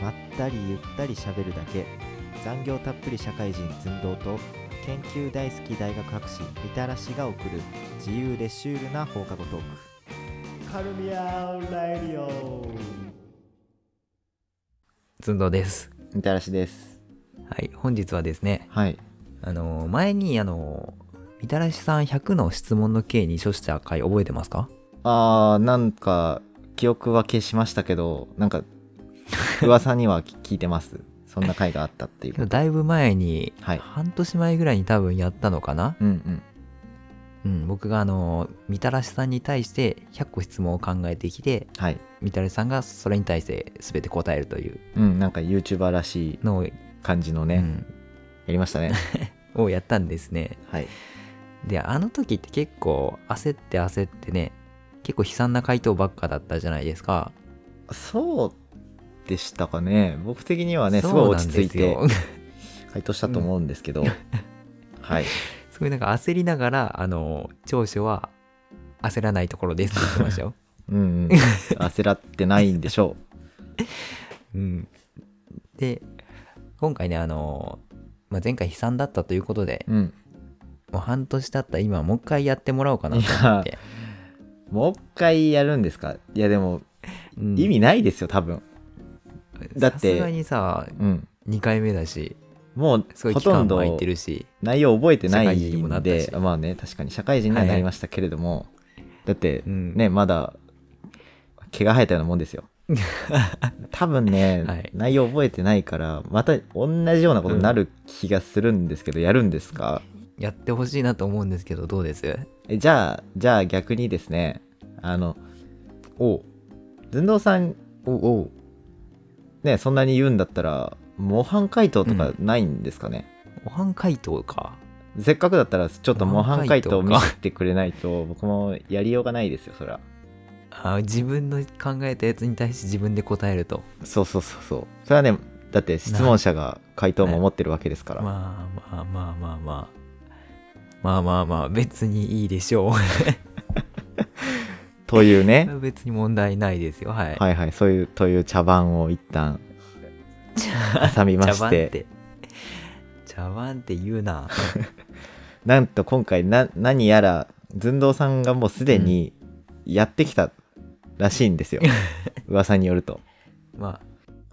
まったりゆったり喋るだけ残業たっぷり社会人寸胴と研究大好き大学博士みたらしが送る自由でシュールな放課後トークカルミアラディオずんどうです。みたらしですはい、本日はですね、はいあのー前にあのーみたらしさん100の質問の刑に処した回覚えてますか？あーなんか記憶は消しましたけどなんか 噂には聞いてますそんな回があったっていう けどだいぶ前に、はい半年前ぐらいに多分やったのかな。うんうんうん、僕があのーみたらしさんに対して100個質問を考えてきて、はいみたらしさんがそれに対して全て答えるといううんなんか YouTuber らしいのを、感じのうね、ん、やりましたねをやったんですね。はいで、あの時って結構焦って焦ってね、結構悲惨な回答ばっかだったじゃないですか。そうでしたかね僕的にはねすそうごいな落んち着いですよて回答したと思うんですけど、 はいすごいなんか焦りながら、あの、長所は焦らないところですって言ってまし たよ。うん、うん、焦らってないんでしょうん。で、今回ね、あの、まあ、前回悲惨だったということで、う、うん、もう半年経った今、もう一回やってもらおうか なと思って。もう一回やるんですかいやでもうん意味ないですよ多分だってさすがにさ、うん2回目だし、もすうごいほ期と間んもど空いてるし、内容覚えてない社会人にもなんったでしまあね確かに社会人にはなりましたけれども、だってうんね、まだ毛が生えたようなもん ですよ多分ね、はい内容覚えてないからまた同じようなことになる気がするんですけど、やるんですかやってほしいなと思うんですけど、どうですえじゃあじゃあ逆にですねあのおう寸胴さんおうおうねそんなに言うんだったら模範解答とかないんですかね、模範解答か。せっかくだったらちょっと模範解答を模見範解答かせてくれないと僕もやりようがないですよそらあ自分の考えたやつに対して自分で答えると。そうそうそうそうそれはねだって質問者が回答も持ってるわけですから、まあまあまあまあまあまあまあまあ別にいいでしょというねう 別に問題ないですよはい、はいはいそういうという茶番を一旦挟みま茶し番ってて茶碗って言うななんと今回な何やら寸胴さんがもうすでにやってきたらしいんです よ、噂によるとまあ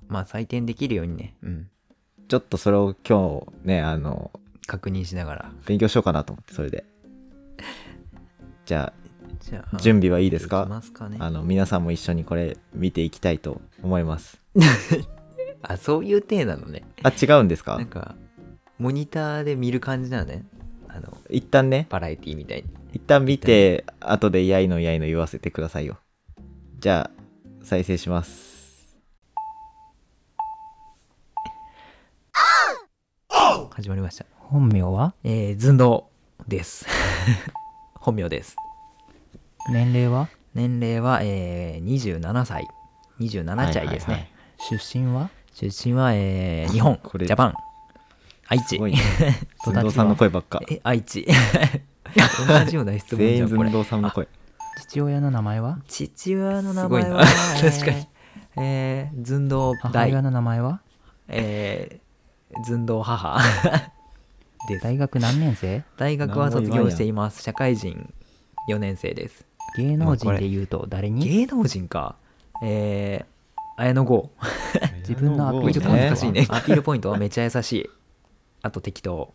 まあ採点できるようにね、うん、ちょっとそれを今日ねあの確認しながら勉強しようかなと思ってそれでじゃじゃああ準備備はいいですかますかねあの皆さんも一緒にこれ見ていきたいと思いますあそういう体なのねあ違うんですかなんかモニターで見る感じなのねあの一旦ねバラエティみたいに一旦見て後でやいのやいの言わせてくださいよじゃあ再生します始まりました本名はえー、寸胴です 本名です年齢は年齢は、えー、27歳27歳ですね、はいはいはい出身は出身は、えー、日本これジャパン愛す知 ごいね寸胴さんの声ばっかえ愛知同じような質全問じ員ゃんこ寸れ胴さんの声父親の名前は父親の名すごい前なは、えー、確かにえー、寸胴母親大の名前はえー、寸胴母です大学何年生大学は卒業しています社会人4年生です芸能人で言うと誰に芸能人かえー、綾野剛自分のアピこれーちょルっとポイント難はしい ね。アピールポイントはめちゃ優しい。あと適当。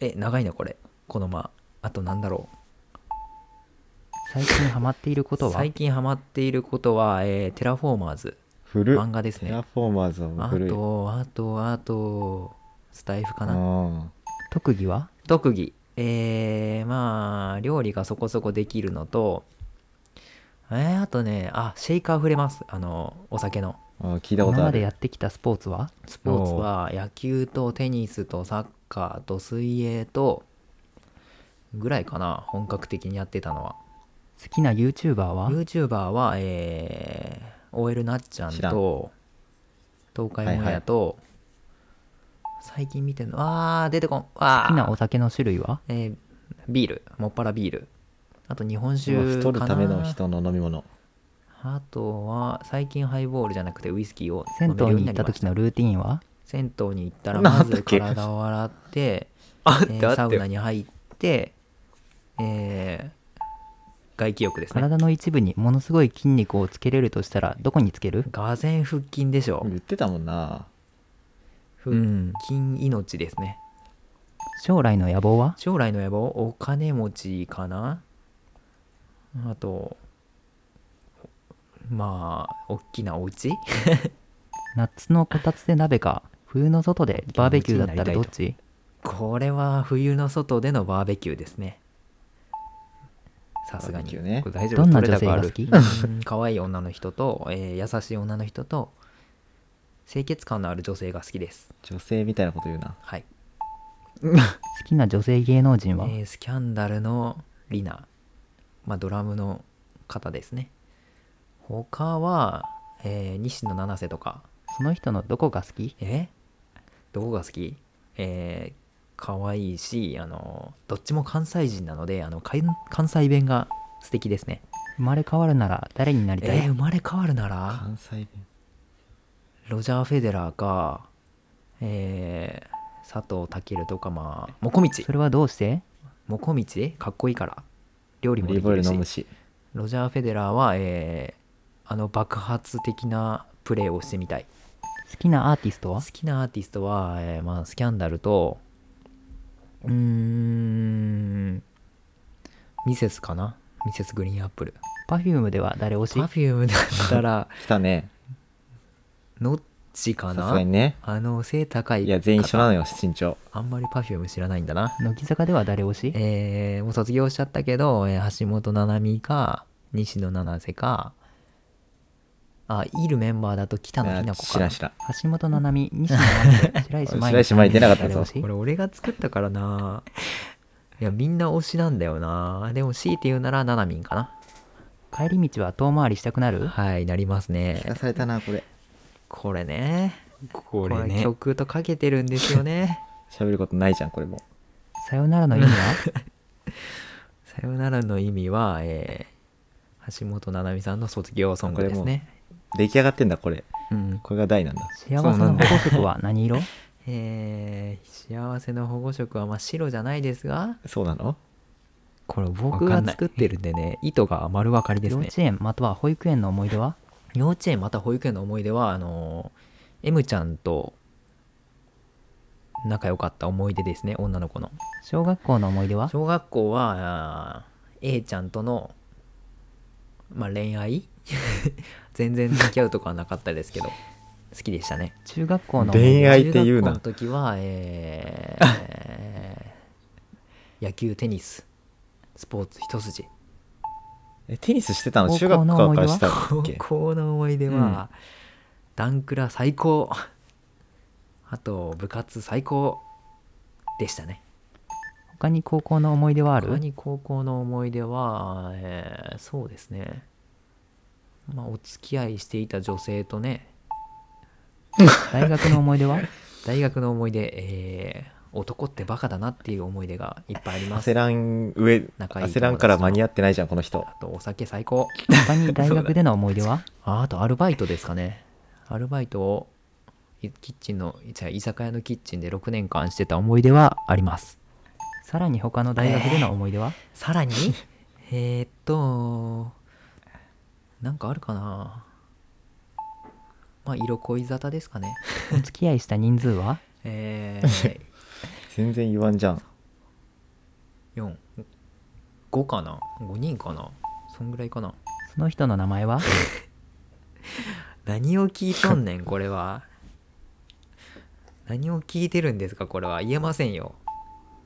え、長いな、これ。このま。あとなんだろ最近ハマっているこう。とは最近ハマっていることは、えーテラフォーマーズ。古漫画ですテラね。フォーマーズもあ古いと、あと、あと、スタイフかな。うん特技は特技。えー、まあ、料理がそこそこできるのと、えー、あとね、あ、シェイカー触れます。あの、お酒の。あ聞いた今ことあまでるやってきたスポーツはスポーツは野球とテニスとサッカーと水泳とぐらいかな本格的にやってたのは好きな YouTuber は YouTuber はえー、OL なっちゃん知らんと東海オンエアと、最近見てんのあー出てこんあ好きなお酒の種類はえービールもっぱらビールあと日本酒太るかなための人の飲み物あとは最近ハイボールじゃなくてウイスキーを銭湯に行なっりたまし時のルーティーンは銭湯に行ったらなんだっまけず体を洗 ってあっえてーあサっウてナに入って、えー外気浴ですね体の一部にものすごい筋肉をつけれるとしたらどこにつけるがぜ腹筋でしょ言ってたもんな腹筋命ですね将来の野望は将来の野望お金持ちかなあとまあ大きなお家夏のこたつで鍋か冬の外でバーベキューだったらどっちこれは冬の外でのバーベキューですねさすがバーベにキューねこれ大丈夫どんな取れ女た性こあがる好きうん可愛い女の人と、えー優しい女の人と清潔感のある女性が好きです女性みたいなこと言うなはい、好きな女性芸能人えは、ースキャンダルのリナ、まあ、ドラムの方ですね他は、えー西野七瀬とかその人のどこが好きえどこが好きえー、可愛いしあのどっちも関西人なのであの関関西弁が素敵ですね生まれ変わるなら誰になりたい、えー、生まれ変わるなら関西弁ロジャー・フェデラーか、えー、佐藤健とか、まあ、もこみちそ。れはどうしてもこみちかっこいいから。料理オもリでーきブオイるル飲むし。しロジャー・フェデラーは、えー、あの爆発的なプレーをしてみたい。好きなアーティスト好はきなアーティストは、えーまあ、スキャンダルと、うーん、ミセスかなミセスグリーンアップル。 Perfume では誰推パしフュームだった ら、来たねノッチかさすがなにねあの、背高い。いや全員一緒なのよ身長あんまりパフューム知らないんだな。乃木坂では誰推しえーもう卒業しちゃったけど、えー橋本七海か西野七瀬かあいるメンバーだと北野日あな子知からんな知らん橋本七海、西野七瀬、白石麻衣。白石麻衣出なかったぞ誰推しこれ俺が作ったからないやみんな推しなんだよなでも強いて言うならななみんかな帰り道は遠回りしたくなるはいなりますね聞かされたなこれこれねここれ曲とかけてるんですよね喋ることないじゃんこれもさよならの意味はさよならの意味は、えー橋本七海さんの卒業ソングですね出来上がってんだこれうんこれが大なんだ幸せの保護色は何色えー幸せの保護色はまあ白じゃないですがそうなのこれ僕が作ってるんでね意図が丸分かりです幼ね稚園または保育園の思い出は幼稚園また保育園の思い出はあのー M ちゃんと仲良かった思い出ですね女の子の小学校の思い出は小学校はあー A ちゃんとの、まあ、恋愛 全然付き合うとかはなかったですけど好きでしたね中学校の思い出恋愛って言うな中学校の時は、えーえ ー野球テニススポーツ一筋えテニスしてたの高中校学の校から思しい出たはっ高け校の思い出は、ダンクラ最高 あと部活最高でしたね他に高校の思い出はあ他るに高校の思い出は、えーそうですねまあお付き合いしていた女性とね大学の思い出は大学の思い出、えー男ってバカだなっていう思い出がいっぱいあります焦あらん上仲いい友達焦らんから間に合ってないじゃんこの人とお酒最高他に大学での思い出はああとアルバイトですかねアルバイトをいキッチンの違う居酒屋のキッチンで6年間してた思い出はありますさらに他の大学での思い出は、さらに えーっとなんかあるかなまあ色恋沙汰です かねお付き合いした人数はえー、全然言わんじゃん45かな5人かなそんぐらいかなその人の名前は何を聞いとんね んこれは何を聞いてるんですかこれは言えませんよ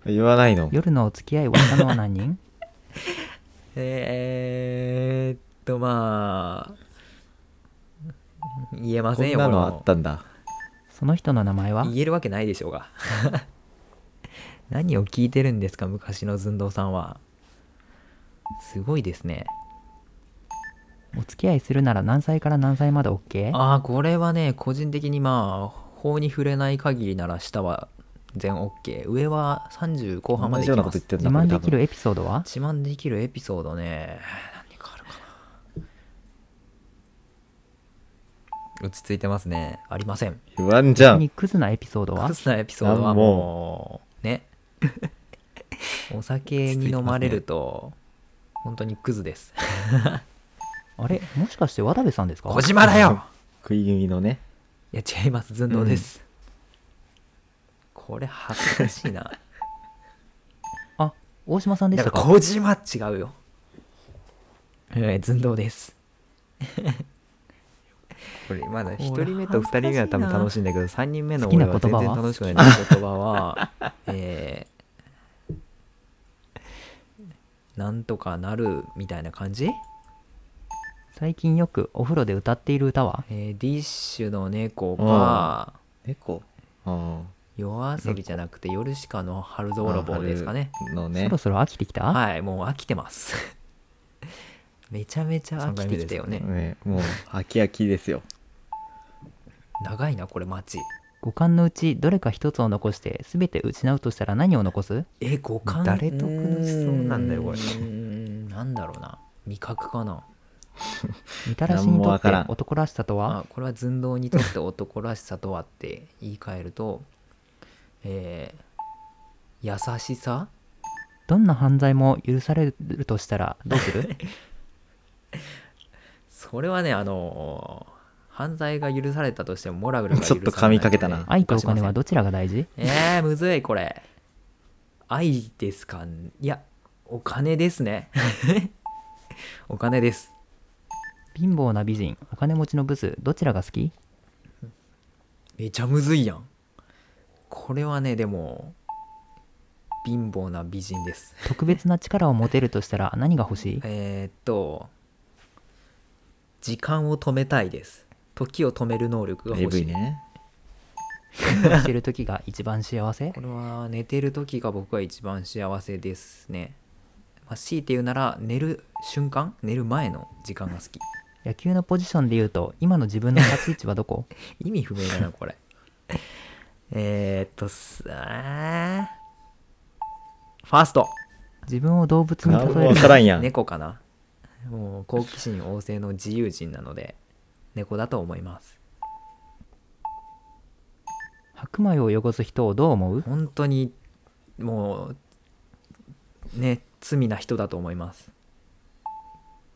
言わないの夜のお付き合いをしたのは何人えー、っとまあ言えまこせんんよなこれのもあったんだその人の名前は言えるわけないでしょうが 何を聞いてるんですか昔の寸胴さんはすごいですねお付き合いするなら何歳から何歳まで OK? ああこれはね個人的にまあ法に触れない限りなら下は全 OK 上は30後半ま同でじいようなこきまと言っすてん自だこれ慢多できる分エピソードは自慢できるエピソードね何かあるかな落ち着いてますね。ありません言わんじゃんにクズなエピソードはクズなエピソードはもう ねお酒に飲まれると本当にクズですあれもしかして渡部さんですか小島だよ食い気味のねいや違います寸胴です、これ恥ずかしいなあ大島さんでだしかたらか小島違うよえー寸胴です これ、まだ1人目と2人目は多分楽しいんだけど、3人目の好き俺なは全言葉は然楽しくないんだ言よ。葉はえーなんとかなるみたいな感じ最近よくお風呂で歌っている歌はえーディッシュの猫か猫ああ夜遊びじゃなくて夜しかの春泥棒ですかね春のそねろそろ飽きてきた、はいもう飽きてます めちゃめちゃ飽きてきたよねねもう飽き飽きですよ長いなこれ街五感のうちどれか一つを残して全て失うとしたら何を残すえ五感誰得しそうなんだよこれうーんなんだろうな味覚かなみたらしに何もとわっかてらん男らしさとはあこれは寸胴にとって男らしさとはって言い換えるとえー優しさどんな犯罪も許されるとしたらどうするそれはねあのー犯罪が許されたとしてもモラルが許され ないちょっと噛みかけたなので愛とお金は犯しまどちらが大事せんえー、むずいこれ愛ですかんいやお金です ねお金です貧乏な美人お金持ちのブスどちらが好きめちゃむずいやんこれはねでも貧乏な美人です特別な力を持てるとしたら何が欲しいえーっと時間を止めたいです時を止める能力が欲し AV い、ね恋してる時が一番幸せこれは寝てる時が僕は一番幸せですね、まあ、強いて言うなら寝る瞬間寝る前の時間が好き野球のポジションで言うと今の自分の立ち位置はどこ意味不明だなこれえーっとさあファースト自分を動物に何も例えわるからんやん猫かなもう好奇心旺盛の自由人なので猫だと思います白米を汚す人をどう思う本当にもうね罪な人だと思います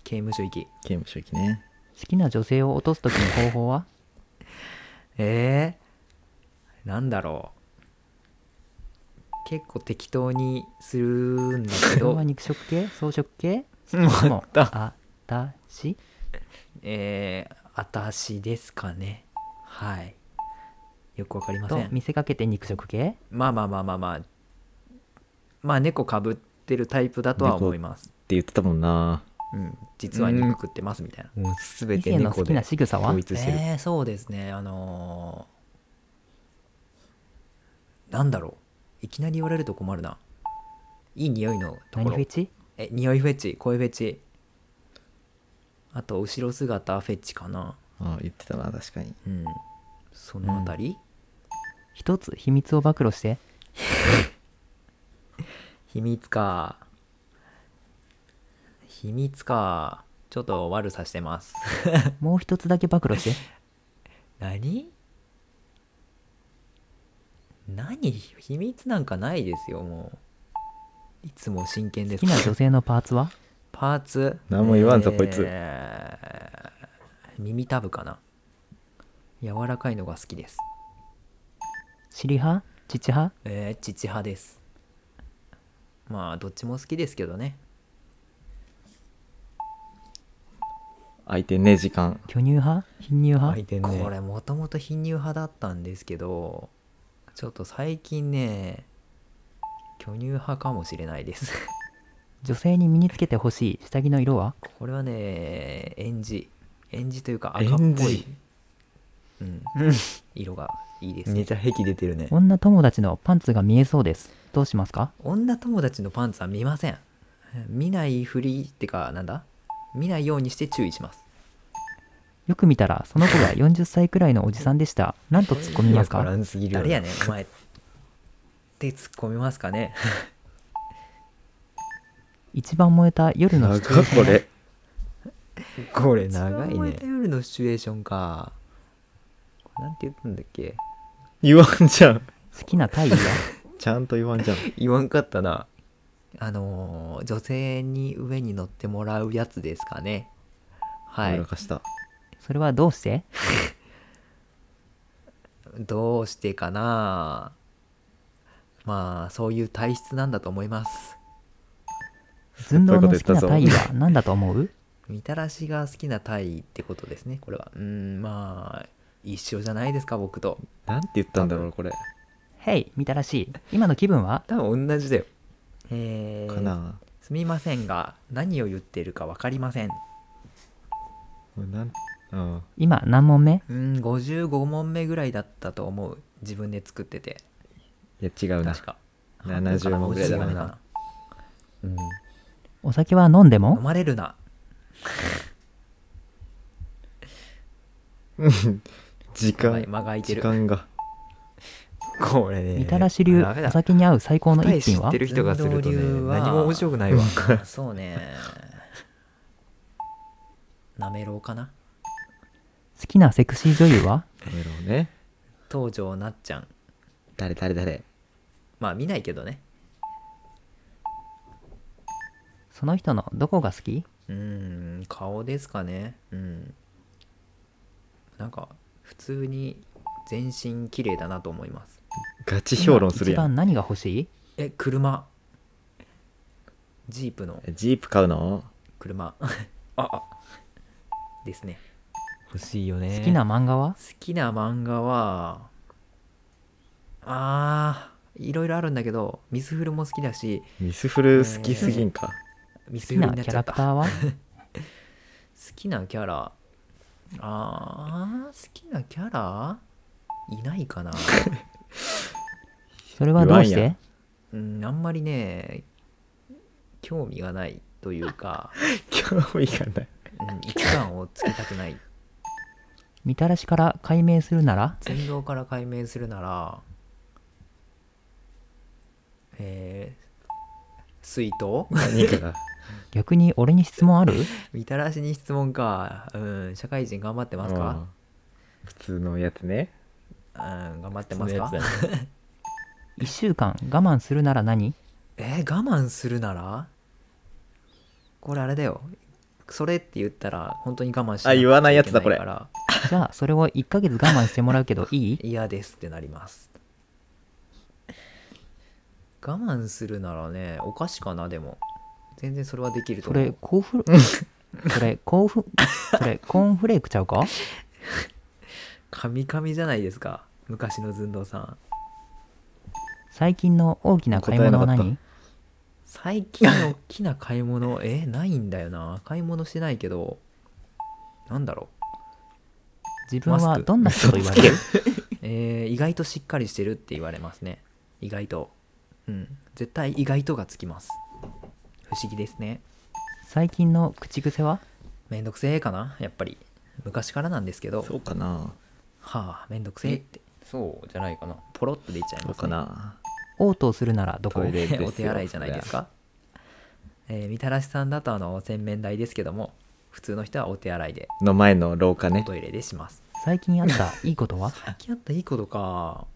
刑務所行き刑務所行きね好きな女性を落とす時の方法はえー、なんだろう結構適当にするんだけそれど は肉食系草食系もあたしえー、あたしですかねはいよくわかりませとん見せかけて肉食系まあまあまあまあまあまあ猫かぶってるタイプだとは思いますって言ってたもんなうん実は肉食ってますみたいな、もうすべ異て性の猫好きでな仕草は統一してる。えー、そうですねあのーなんだろういきなり言われると困るないい匂いのとこ何ろフェチえ匂いフェチ声フェチあと後ろ姿フェチかなああ言ってたな確かにうんそのあたり、一つ秘密を暴露して秘密か秘密かちょっと悪さしてますもう一つだけ暴露して何何秘密なんかないですよもういつも真剣です好きな女性のパーツはパーツ何も言わんぞこいつえー耳たぶかな柔らかいのが好きです尻派父派えー、父派ですまあどっちも好きですけどね空いてんね時間巨乳派貧乳派相手ねこれもともと貧乳派だったんですけどちょっと最近ね巨乳派かもしれないです女性に身につけてほしい下着の色はこれはねエンジエンジというか赤っぽエンいジ、 うん、色がいいですめねちゃ癖出てるね。女友達のパンツが見えそうですどうしますか女友達のパンツは見ません見ないふりってかなんだ見ないようにして注意しますよく見たらその子 が40歳くらいのおじさんでしたなんと突っ込みますいやバラかンスぎるよ誰ねやねんお前って突っ込みますかね一番燃えた夜の長シっ チュエーションこれこれ長一い番燃えねた。夜のシチュエーションかなんて言ったんだっけ言わんじゃん。好きなタイはちゃんと言わんじゃん。言わんかったなあのー女性に上に乗ってもらうやつですかねはやいらかした。それはどうしてどうしてかなまあそういう体質なんだと思います寸胴の好きそういうこなとタ言イったは何だと思うみたらしが好きなタイってことですねこれはうーんまあ一緒じゃないですか僕となんて言ったんだろう、これ。ヘイ見たらしい今の気分は多分同じだよえー、かな。すみませんが何を言ってるか分かりませんなん、うん。今何問目うん55問目ぐらいだったと思う自分で作ってていや、違うな確。か70問ぐらいだな違うなお酒は飲んで飲もまれるな時はい間、間が空いて時る間が。これねみたらし流ダメおだ酒に合う最高の答え一知品っはてる人がするとね運動流は何も面白くないわそ うねなめろうかな好きなセクシー女優はやめろね。東条なっちゃん誰誰誰まあ見ないけどねその人のどこが好きうーん顔ですかねうんなんか普通に全身綺麗だなと思いますガチ評論する一やん。番何が欲しいえ車ジープのえジープ買うの車ああ ですね欲しいよね好きな漫画は好きな漫画はあーいろいろあるんだけどミスフルも好きだしミスフル好きすぎんか。ミス好きフルなになっキャちゃラっクたターは好きなキャラあー好きなキャラいないかなそれはどうし言わんてうんあんまりね興味がないというか、興味がない。うん、一番をつけたくないみたらしから解明するなら全道から解明するならえー、水筒 何かが。逆に俺に質問あるみたらしに質問かうん社会人頑張ってますうかん普通のやつね。うん頑張ってますか普通のやつだね1週間我慢するなら何えー我慢するならこれあれだよそれって言ったら本当に我慢しあ言わないやつだこれらじゃあそれを1ヶ月我慢してもらうけどいい嫌ですってなります我慢するならねお菓子かなでも全然それはできるとそ思れうコーンフレそれコーンフそれコーンフレークちゃうかカミカミじゃないですか昔の寸胴さん最近の大きな買い物は答えな何最近の大きな買 い物えないんだよな買い物してないけどなんだろ自分マはスクどんな人と言わ れるう、えー意外としっかりしてるって言われますね意外とうん絶対意外とがつきます不思議ですね最近の口癖はめんどくせえかなやっぱり昔からなんですけどそうかな。はあめんどくせえってそうじゃないかなポロッと出ちゃいそまうす、かね、な。応答するならどこトイレですよお手洗いじゃないですかえーみたらしさんだとあの洗面台ですけども普通の人はお手洗いでの前の廊下おね。トイレでします最近あったいいことは最近あったいいことか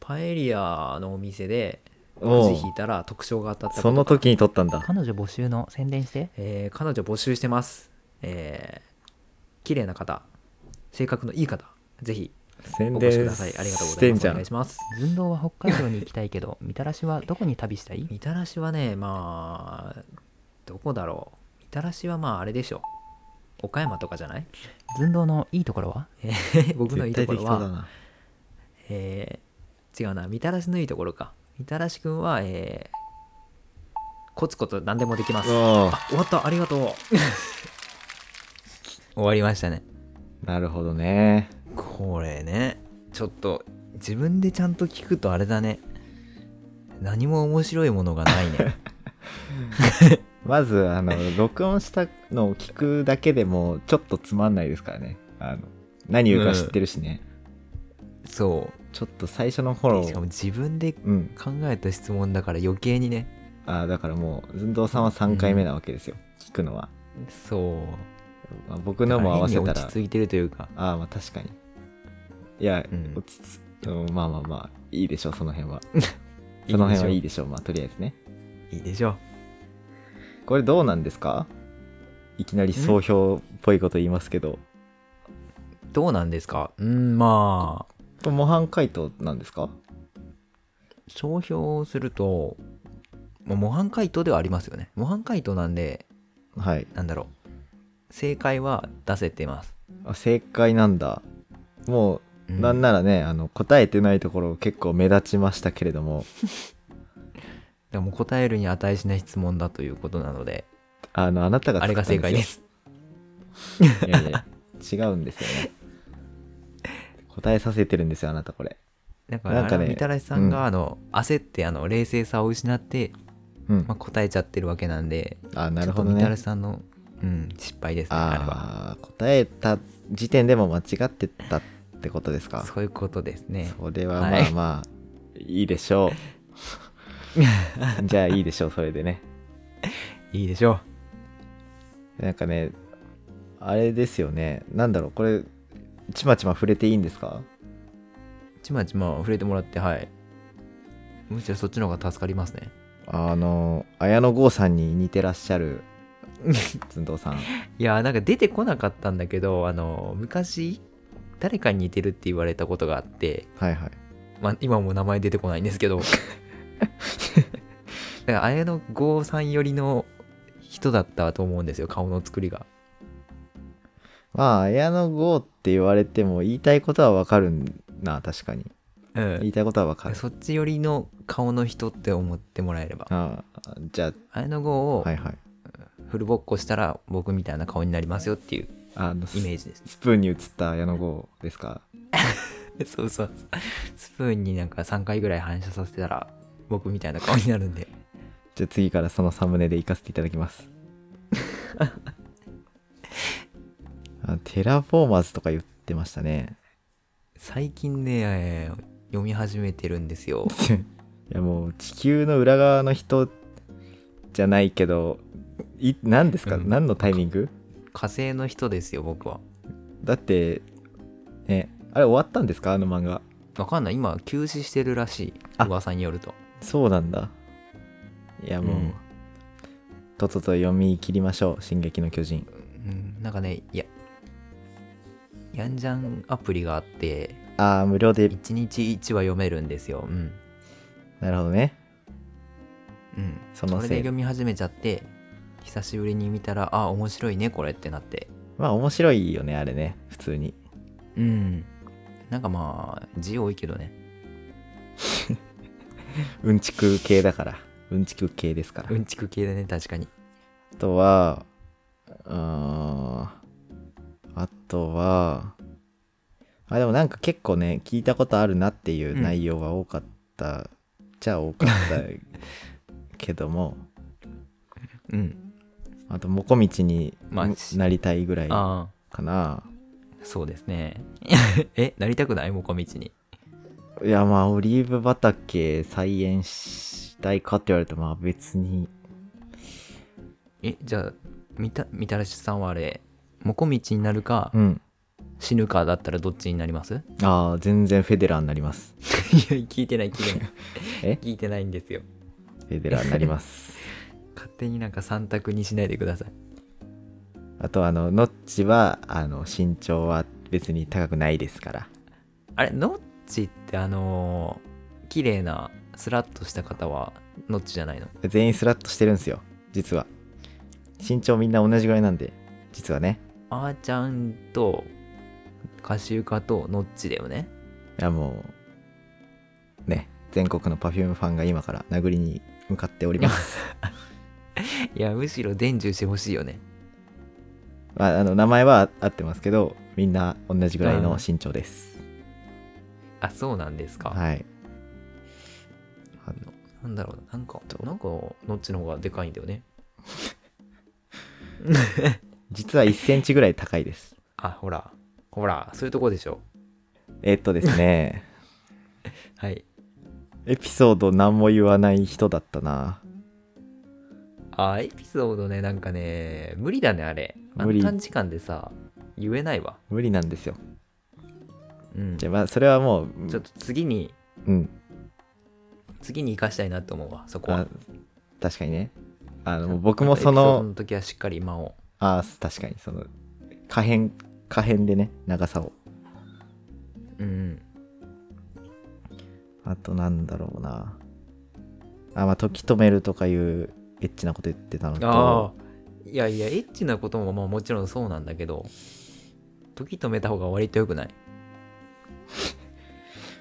パエリアのお店でくおじう引いたら特賞が当たったことその時に撮ったんだ。彼女募集の宣伝してえー彼女募集してますえー、綺麗な方性格のいい方ぜひ宣お越しく伝ださいありがとうごしざていんますじおゃ願んい。します寸胴は北海道に行きたいけどみたらしはどこに旅したいみたらしはねまあどこだろうみたらしはまああれでしょ岡山とかじゃない 寸胴のいいところは僕のいいとこ絶対ろ適当だは、な。えー違うなみたらしのいいところかみたらしくんはえーコツコツ何でもできますあお終わったありがとう 終わりましたねうなるほどね。これねちょっと自分でちゃんと聞くとあれだね何も面白いものがない ねまず、あの、録音したのを聞くだけでも、ちょっとつまんないですからね。あの、何言うか知ってるしね。そちょっと最初のう頃で、しかも自分でうん。考えた質問だから余計にねあーだからもう、ずんどうさんは3回目なわけですよ。聞くのは。そうまあ僕のも合わせた変にら落ち着いてるというかああまあ確かにいや、うん落ち着うんまあまあまあいいでしょうその辺はいそいでしょうの辺はいいでしょうまあとりあえずねいいでしょこれどうなんですかいきなり総評っぽいこと言いますけどうどうなんですかうんまあこれ模範解答なんですか商標をすると、まあ、模範解答ではありますよね模範解答なんではいなんだろう正解は出せてます、あ正解なんだもううなんならね、あの答えてないところ結構目立ちましたけれどもでも答えるに値しない質問だということなのであのあなたがあれが正解ですすいやいや違うんですよね 答えさせてるんですよあなたこれだかなんらかねみたらしさんうんがあの、焦ってあの冷静さを失って、うんまあ、答えちゃってるわけなんであなるほどちょっとみたねらしさんの、うん、失敗ですねあれはああ答えた時点でも間違ってたってことですかそういうことですねそれははいまあまあいいでしょ うじゃあいいでしょうそれでねいいでしょなんかねあれですよねなんだろうこれちまちま触れていいんですかうちまちま触れてもらってはいむしろそっちの方が助かりますねあの綾野剛さんに似てらっしゃるずんどうさんいやーなんか出てこなかったんだけどあの昔誰かに似てるって言われたことがあって、はいはいまあ、今も名前出てこないんですけ どだから綾野剛さん寄りの人だったと思うんですよ顔の作りがまあ綾野剛って言われても言いたいことはわかるな確かにうん言いたいことはわかるそっち寄りの顔の人って思ってもらえればああじゃ綾野剛あをはいはいフルボッコしたら僕みたいな顔になりますよっていうあのイメージです、スプーンに映った矢野号ですかね、 そうそうそうスプーンになんか3回ぐらい反射させたら僕みたいな顔になるんでじゃあ次からそのサムネで行かせていただきます あテラフォーマーズとか言ってましたね 最近ね、えー読み始めてるんですよいやもう地球の裏側の人じゃないけどい何ですか、うん何のタイミング火星の人ですよ僕はだってねあれ終わったんですかあの漫画わかんない今休止してるらしいあ噂によるとそうなんだいやもう、うんとっとと読み切りましょう「進撃の巨人うんなんかねいやヤンジャンアプリがあって」ああ無料で1日1話読めるんですようんなるほどねうん、そそのせいれで読み始めちゃって久しぶりに見たらあ面白いねこれってなってまあ面白いよねあれね普通にうんなんかまあ字多いけどねうんちく系だからうんちく系ですから、うんちく系だね確かにあとはうーんあとはあでもなんか結構ね聞いたことあるなっていう内容が多かった、じゃあ多かったけども うんあともこみちにまあしなりたいぐらいかあな、あそうですね えなりたくないもこみちにいやまあオリーブ畑再演したいかって言われるとまあ別にえじゃあみたみたらしさんはあれもこみちになるか、うん死ぬかだったらどっちになります いやああ全然フェデラーになります聞いてない聞 いてないえ聞いてないんですよフェデラーになります 勝手になんか三択にしないでくださいあとあのノッチはあの身長は別に高くないですからあれノッチってあのー綺麗なスラッとした方はノッチじゃないの全員スラッとしてるんですよ実は身長みんな同じぐらいなんで実はねあーちゃんとカシウカとノッチだよねいやもうね全国の Perfume ファンが今から殴りに向かっております いやむしろ伝授してほしいよねまあ、あの名前は合ってますけどみんな同じぐらいの身長です、あそうなんですか、はいあのなんだろうなんかとなんかノッチの方がでかいんだよね実は1センチぐらい高いですあほらほらそういうとこでしょえっとですねはいエピソード何も言わない人だったなあーエピソードねなんかね無理だねあれあ無の理短時間でさ言えないわ、無理なんですようん、じちゃょあまあそれはもうっと次にうん次に生かしたいなと思うわそこあは確かにねあのもう僕もあとエピそソードのの時はしっかり間をああ確かにその可変可変でね長さをうんうんあとなんだろうなあまあ時止めるとかいうエッチなこと言ってたのあとあいやいやエッチなこともまあもちろんそうなんだけど時止めた方が割と良くない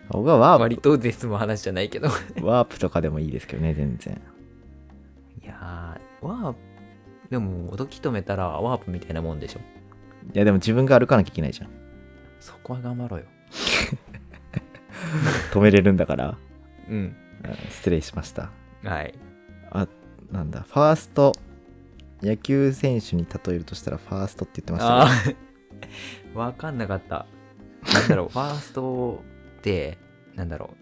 僕はワー割と絶の話じゃないけど プワープとかでもいいですけどね全然いやーワープでも時止めたらワープみたいなもんでしょいやでも自分が歩かなきゃいけないじゃんそこは頑張ろうよ止めれるんだからうんうん失礼しましたはいあなんだファースト野球選手に例えるとしたらファーストって言ってましたあねあ わかんなかったなんだろう ファーストってなんだろう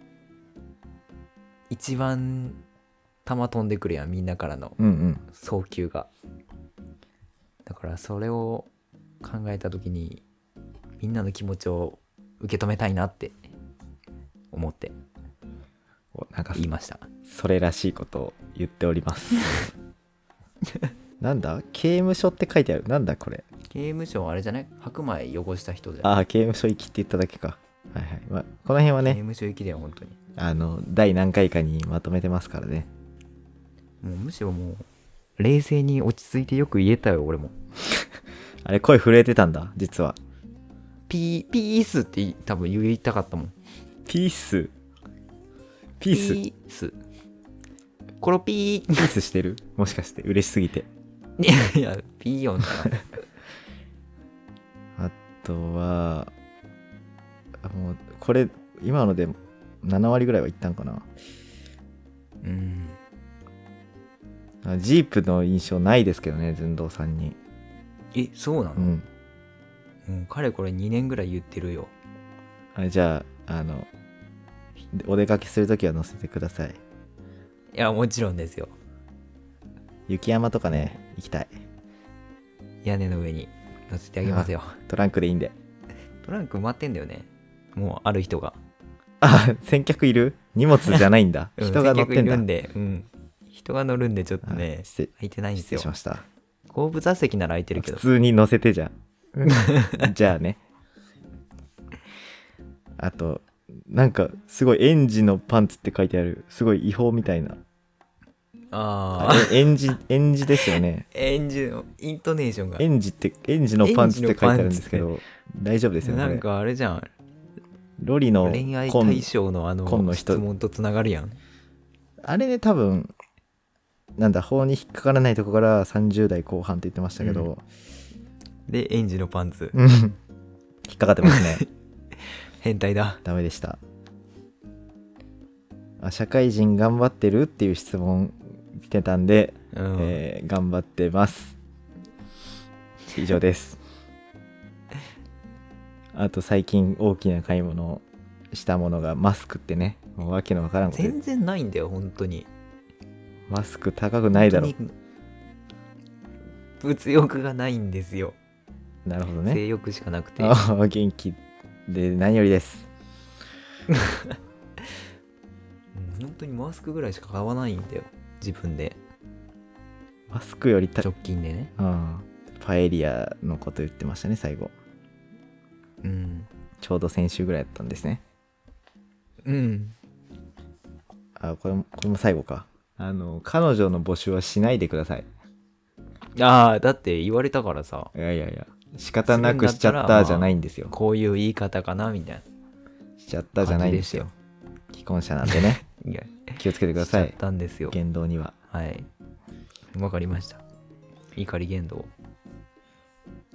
一番球飛んでくるやんみんなからのうんうん送球がだからそれを考えた時にみんなの気持ちを受け止めたいなって思っておなんか言いましたそれらしいことを言っております なんだ刑務所って書いてあるなんだこれ刑務所はあれじゃない白米汚した人じゃないああ刑務所行きって言っただけかはいはい、まあ、この辺は刑ね務所行きだよ本当にあの第何回かにまとめてますからねもうむしろもう冷静に落ち着いてよく言えたよ俺もあれ声震えてたんだ実はピーピースって言い多分言いたかったもんピースピースピピースコロピースしてるもしかして嬉しすぎてーい やいやピー音だなあとは、あもう、これ、今ので7割ぐらいはいったんかな。うんあジープの印象ないですけどね、寸胴さんに。えそうなのう、ん。もうかれこれ2年ぐらい言ってるよあじゃあ、あの、お出かけするときは乗せてください。いやもちろんですよ雪山とかね、行きたい。屋根の上に乗せてあげますよトランクでいいんで。トランク埋まってんだよねもうある人が、あ、先客いる荷物じゃないんだ。 うん人が乗っ接てん客いだ。るんで、うん、人が乗るんでちょっとねあ失礼空いてないんで失礼すよしました。後部座席なら空いてるけ普ど通に乗せてじゃ ん。じゃあね。あと、なんか、すごい、園児のパンツって書いてある。すごい違法みたいな。あああれ園児、園児ですよね。演じのイントネーションが園児って、園児のパンツって書いてあるんですけど、大丈夫ですよね。なこれんかあれじゃんロリの恋愛コン対象のあ紺のの人質問とつながるやんあれね、多分、なんだ、法に引っかからないとこから30代後半って言ってましたけど、で園児のパンツうん引っかかってますね。 変態だダメでしたあ社会人頑張ってるっていう質問来てたんで、うん、えー頑張ってます以上ですあと最近大きな買い物をしたものがマスクってねもうわけのわからんことで全然ないんだよ本当にマスク高くないだろ本当に物欲がないんですよ、なるほどね性欲しかなくてあー元気で何よりですうん本当にマスクぐらいしか買わないんだよ自分でマスクよりた、直近でねうん、パエリアのこと言ってましたね最後うんちょうど先週ぐらいだったんですねうんあこれもこれも最後かあの彼女の募集はしないでくださいああだって言われたからさいやいやいや仕方なくしちゃったじゃないんですよこういう言い方かなみたいしちゃったじゃないんですよ既婚者なんで ねないや気をつけてくだしちゃさっいたんですよ言動にははいわかりました怒り言動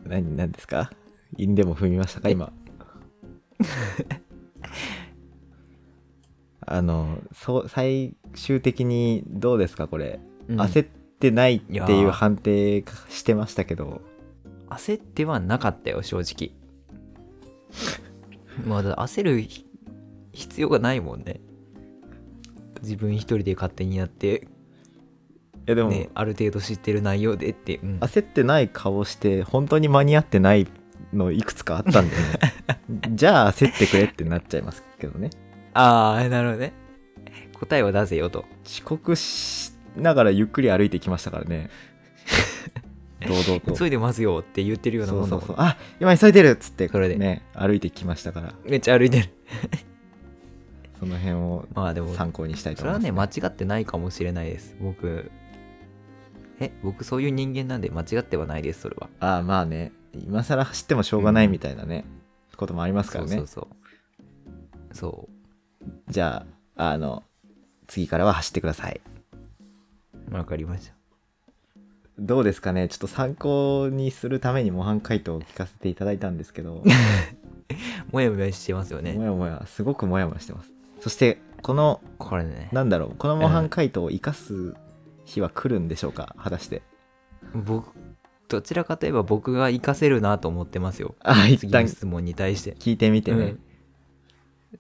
何何ですか陰でも踏みましたか今 あのそう最終的にどうですかこれ、うん焦ってないっていやいうー判定かしてましたけど焦ってはなかったよ正直 まあだ焦るひ必要がないもんね自分一人で勝手にやってやでも、ね、ある程度知ってる内容でって、うん焦ってない顔して本当に間に合ってないのいくつかあったん でねじゃあ焦ってくれってなっちゃいますけどねああなるほどね答えを出せよと遅刻しながらゆっくり歩いてきましたから ね堂々と急いでますよって言ってるようなそもうんそだもんうそうあ今急いでるっつってそれでね歩いてきましたからめっちゃ歩いて るその辺をまあでも参考にしたいとそれ思はいます、ね間違ってないかもしれないです僕え僕そういう人間なんで間違ってはないですそれはああまあね今更走ってもしょうがないみたいなね、こともありますからねそうそうそうそじゃああの次からは走ってくださいうわかりましたどうですかねちょっと参考にするために模範解答を聞かせていただいたんですけどもやもやしてますよねもやもやすごくもやもやしてますそしてこのこれねなんだろうこの模範解答を生かす日は来るんでしょうか果たして僕どちらかといえば僕が活かせるなと思ってますよああ一次旦の質問に対して聞いてみてね、うん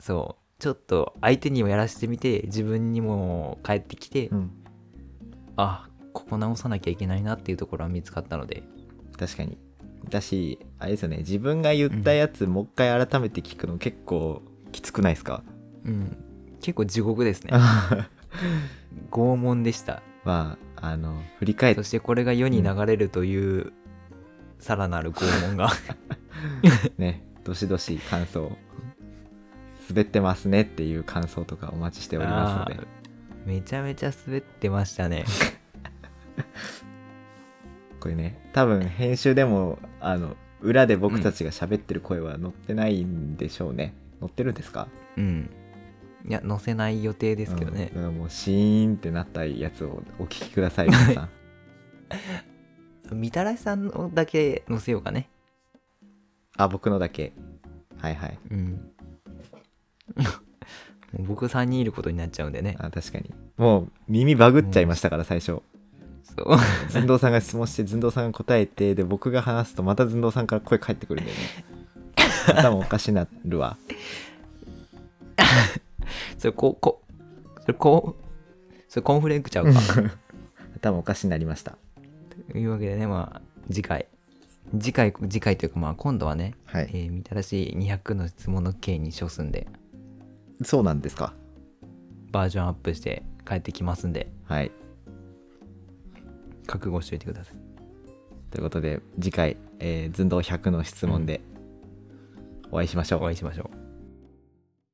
そうちょっと相手にもやらせてみて自分にも返ってきて、うんあここ直さなきゃいけないなっていうところは見つかったので確かにだしあれですよね自分が言ったやつ、もう一回改めて聞くの結構きつくない ですか、うん結構地獄ですね拷問でしたまああの振り返っそしてこれが世に流れるというさらなる拷問がてねどしどし感想滑ってますねっていう感想とかお待ちしておりますのであーめちゃめちゃ滑ってました ねこれね多分編集でもあの裏で僕たちが喋ってる声は載ってないんでしょうね、載ってるんですかうんいや載せない予定ですけどね、うんだからもうシーンってなったやつをお聞きください皆さんみたらしさんのだけ載せようかねあ僕のだけはいはいうん もう僕3人いることになっちゃうんでねあ確かにもう耳バグっちゃいましたから最初そう寸胴さんが質問して寸胴さんが答えてで僕が話すとまた寸胴さんから声返ってくるんだよね頭おかしなるわそれこうこうそれこうそれコーンフレークちゃうか頭おかしになりましたというわけでねまあ次回次回次回というかまあ今度はね、はえーみたらし200の質問の刑に処すんでそうなんですかバージョンアップして帰ってきますんではい覚悟しといてくださいということで次回、えー寸胴100の質問でお会いしましょう、お会いしましょう